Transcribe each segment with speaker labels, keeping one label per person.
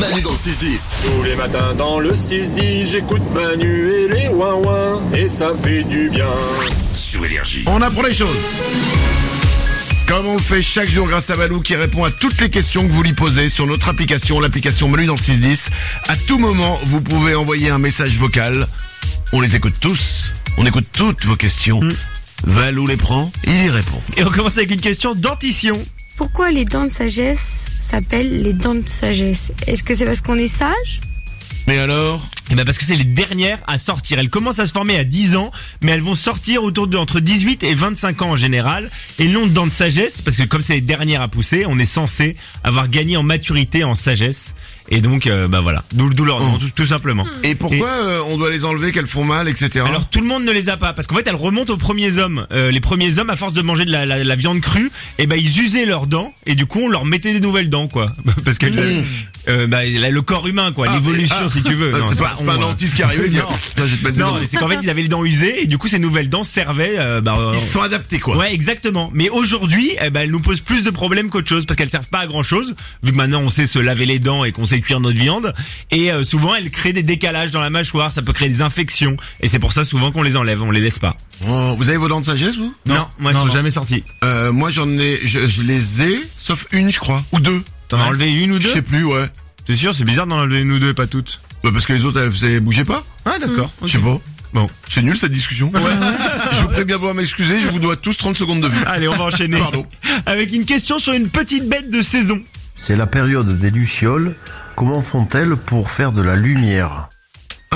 Speaker 1: Manu dans le 6-10.
Speaker 2: Tous les matins dans le 6-10, j'écoute Manu et les ouin-ouin, et ça me fait du bien.
Speaker 1: Sur Énergie.
Speaker 3: On apprend les choses. Comme on le fait chaque jour grâce à Valou qui répond à toutes les questions que vous lui posez sur notre application, l'application Menu dans le 610. À tout moment, vous pouvez envoyer un message vocal. On les écoute tous. On écoute toutes vos questions.
Speaker 4: Hmm.
Speaker 3: Valou les prend, il y répond.
Speaker 4: Et on commence avec une question dentition.
Speaker 5: Pourquoi les dents de sagesse s'appellent les dents de sagesse Est-ce que c'est parce qu'on est sage
Speaker 3: Mais alors
Speaker 4: Et ben parce que c'est les dernières à sortir. Elles commencent à se former à 10 ans, mais elles vont sortir autour de entre 18 et 25 ans en général. Et le nom de dents de sagesse, parce que comme c'est les dernières à pousser, on est censé avoir gagné en maturité, en sagesse. Et donc, euh, bah voilà, d'où d'où leur nom, tout, tout simplement.
Speaker 3: Et pourquoi euh, on doit les enlever, qu'elles font mal, etc.
Speaker 4: Alors tout le monde ne les a pas parce qu'en fait elles remontent aux premiers hommes. Euh, les premiers hommes à force de manger de la, la- la viande crue, et ben ils usaient leurs dents et du coup on leur mettait des nouvelles dents quoi. Parce que le, euh, bah, la- le corps humain quoi, l'évolution
Speaker 3: mais- ah.
Speaker 4: si tu veux.
Speaker 3: Ah,
Speaker 4: Non,
Speaker 3: c'est pas, c'est pas un
Speaker 4: on, hein.
Speaker 3: dentiste qui est arrivé et dit,
Speaker 4: Non.
Speaker 3: Ah, putain, je vais te mettre des
Speaker 4: Non,
Speaker 3: dents.
Speaker 4: c'est qu'en fait ils avaient les dents usées et du coup ces nouvelles dents servaient. euh, bah, euh,
Speaker 3: Ils se sont adaptés quoi.
Speaker 4: Ouais, exactement. Mais aujourd'hui, eh ben, elles nous posent plus de problèmes qu'autre chose parce qu'elles servent pas à grand chose. Vu que maintenant on sait se laver les dents et qu'on sait cuire notre viande, et euh, souvent elles créent des décalages dans la mâchoire, ça peut créer des infections, et c'est pour ça souvent qu'on les enlève, on les laisse pas.
Speaker 3: Oh, vous avez vos dents de sagesse vous
Speaker 4: Non, moi elles sont jamais sorties.
Speaker 3: euh, Moi j'en ai, je, je les ai, sauf une je crois, ou deux.
Speaker 4: T'en as enlevé une ou
Speaker 3: Je
Speaker 4: deux
Speaker 3: sais plus ouais.
Speaker 4: T'es sûr, c'est bizarre d'en enlever une ou deux, et pas toutes.
Speaker 3: Bah, parce que les autres elles, elles bougeaient pas.
Speaker 4: Ah d'accord.
Speaker 3: Je sais pas.
Speaker 4: Bon.
Speaker 3: C'est nul cette discussion. je vous prie bien de vouloir m'excuser, je vous dois tous 30 secondes de vue.
Speaker 4: Allez, on va enchaîner.
Speaker 3: Pardon.
Speaker 4: Avec une question sur une petite bête de saison.
Speaker 6: C'est la période des lucioles. Comment font-elles pour faire de la lumière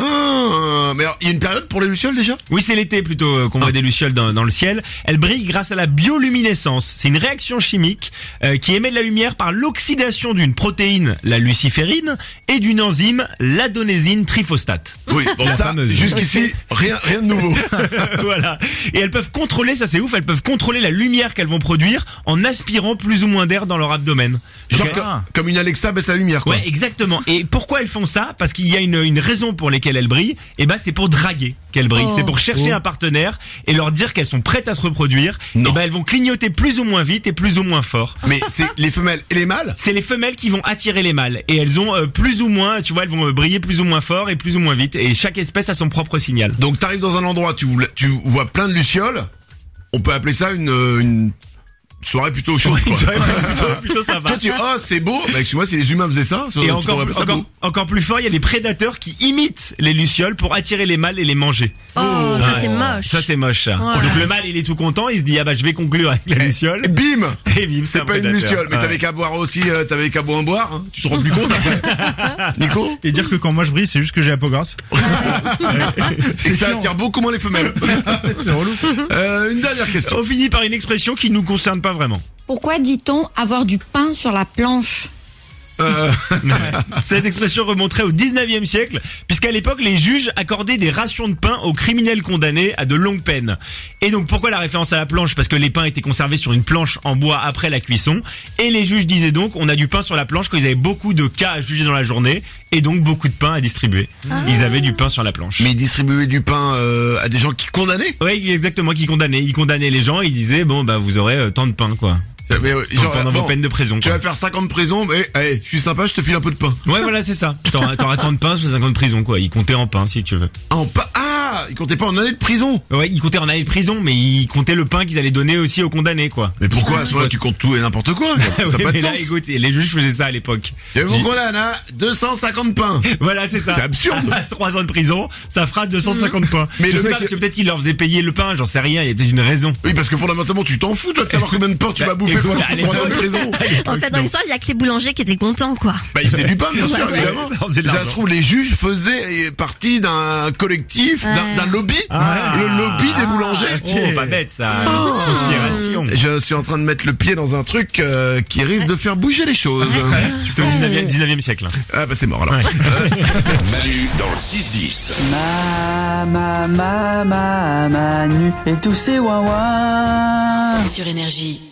Speaker 3: Ah, mais alors, il y a une période pour les lucioles déjà
Speaker 4: Oui, c'est l'été plutôt euh,
Speaker 3: Ah.
Speaker 4: qu'on voit des lucioles dans, dans le ciel. Elles brillent grâce à la bioluminescence. C'est une réaction chimique euh, qui émet de la lumière par l'oxydation d'une protéine, la luciférine, et d'une enzyme, l'adonésine triphosphate.
Speaker 3: Oui, bon,
Speaker 4: La
Speaker 3: ça,
Speaker 4: fameuse.
Speaker 3: jusqu'ici, rien, rien de nouveau.
Speaker 4: voilà. Et elles peuvent contrôler, ça c'est ouf, elles peuvent contrôler la lumière qu'elles vont produire en aspirant plus ou moins d'air dans leur abdomen.
Speaker 3: Genre
Speaker 4: Donc,
Speaker 3: que- comme une Alexa baisse la lumière quoi.
Speaker 4: Ouais, exactement. Et pourquoi elles font ça Parce qu'il y a une, une raison pour lesquelles elles brillent. Et ben, c'est pour draguer qu'elles brillent. c'est pour chercher un partenaire et leur dire qu'elles sont prêtes à se reproduire.
Speaker 3: Non.
Speaker 4: Et ben, elles vont clignoter plus ou moins vite et plus ou moins fort.
Speaker 3: Mais c'est les femelles et les mâles
Speaker 4: C'est les femelles qui vont attirer les mâles et elles ont euh, plus ou moins, tu vois, elles vont euh, briller plus ou moins fort et plus ou moins vite. Et chaque espèce a son propre signal.
Speaker 3: Donc t'arrives dans un endroit, tu, voulais- tu vois plein de lucioles. On peut appeler ça une, euh, une soirée plutôt chaude. quoi.
Speaker 4: plutôt, plutôt ça va.
Speaker 3: Toi tu oh c'est beau, bah, excuse-moi si les humains faisaient ça,
Speaker 4: Et
Speaker 3: tu
Speaker 4: encore,
Speaker 3: pourrais appeler ça
Speaker 4: encore,
Speaker 3: beau.
Speaker 4: encore plus fort, il y a les prédateurs qui imitent les lucioles pour attirer les mâles et les manger.
Speaker 7: Oh, ça c'est moche.
Speaker 4: Ça c'est moche. ça.
Speaker 7: Ouais.
Speaker 4: Donc le mâle il est tout content, il se dit ah bah je vais conclure avec la luciole.
Speaker 3: Et bim,
Speaker 4: Et bim,
Speaker 3: Eh, c'est pas une luciole, mais t'avais qu'à boire aussi, euh, t'avais qu'à boire un boire, hein. tu te rends plus compte après. Nico,
Speaker 8: Et dire que quand moi je brille, c'est juste que j'ai la peau grasse.
Speaker 3: Oh, c'est que ça attire beaucoup moins les femelles.
Speaker 8: C'est relou.
Speaker 3: Euh, une dernière question.
Speaker 4: On finit par une expression qui nous concerne pas vraiment.
Speaker 9: Pourquoi dit-on avoir du pain sur la planche
Speaker 4: Cette expression remonterait au 19e siècle, puisqu'à l'époque, les juges accordaient des rations de pain aux criminels condamnés à de longues peines. Et donc, pourquoi la référence à la planche Parce que les pains étaient conservés sur une planche en bois après la cuisson. Et les juges disaient donc, on a du pain sur la planche quand ils avaient beaucoup de cas à juger dans la journée, et donc beaucoup de pain à distribuer. Ils avaient du pain sur la planche.
Speaker 3: Mais distribuer du pain euh, à des gens qui condamnaient
Speaker 4: Oui, exactement, qui condamnaient. Ils condamnaient les gens et ils disaient, bon, bah, vous aurez euh, tant de pain, quoi.
Speaker 3: Mais, euh,
Speaker 4: Tant-
Speaker 3: genre,
Speaker 4: pendant
Speaker 3: bon,
Speaker 4: vos peines de prison.
Speaker 3: Tu
Speaker 4: quoi.
Speaker 3: vas faire 50 de prison, mais allez, je suis sympa, je te file un peu de pain.
Speaker 4: Ouais, voilà, c'est ça. T'auras t'auras tant de pain, 50 de prison, quoi. Ils comptaient en pain, si tu veux.
Speaker 3: Ah, en pa- ah, il comptait pas en année de prison.
Speaker 4: Ouais, ils comptaient en année de prison, mais ils comptaient le pain qu'ils allaient donner aussi aux condamnés, quoi.
Speaker 3: Mais pourquoi à ce moment-là tu comptes tout et n'importe quoi Ça n'a
Speaker 4: Ouais,
Speaker 3: pas de
Speaker 4: mais là,
Speaker 3: sens.
Speaker 4: écoute, les juges faisaient ça à l'époque.
Speaker 3: Et vous condamne à 250 pains.
Speaker 4: Voilà, c'est ça.
Speaker 3: C'est absurde. Mm.
Speaker 4: À 3 ans de prison, ça fera 250 points.
Speaker 3: Mais
Speaker 4: Mais je
Speaker 3: le
Speaker 4: sais
Speaker 3: mec-
Speaker 4: pas, parce que peut-être qu'il leur faisait payer le pain, j'en sais rien, il y a peut-être une raison.
Speaker 3: Oui, parce que fondamentalement tu t'en fous toi de savoir combien de pain tu vas bouffer
Speaker 4: Bah,
Speaker 3: pendant
Speaker 4: écoute, allez,
Speaker 3: 3 ans de
Speaker 4: non.
Speaker 3: prison.
Speaker 7: En fait, dans l'histoire, il y a que les boulangers qui étaient contents, quoi.
Speaker 3: Bah il faisait du pain bien sûr,
Speaker 4: Ouais,
Speaker 3: évidemment.
Speaker 4: ça faisait de
Speaker 3: Ça se
Speaker 4: l'argent.
Speaker 3: trouve les juges faisaient euh, partie d'un collectif, d'un d'un lobby,
Speaker 4: Ah.
Speaker 3: le lobby des boulangers.
Speaker 4: Oh, pas bête, ça. Conspiration.
Speaker 3: Je suis en train de mettre le pied dans un truc euh, qui risque de faire bouger les choses.
Speaker 4: C'est au 19e, 19e siècle.
Speaker 3: Ah bah c'est mort alors.
Speaker 1: Manu dans le 6-10.
Speaker 10: Ma, ma, ma, ma, Manu et tous ces ouin
Speaker 7: Sur énergie.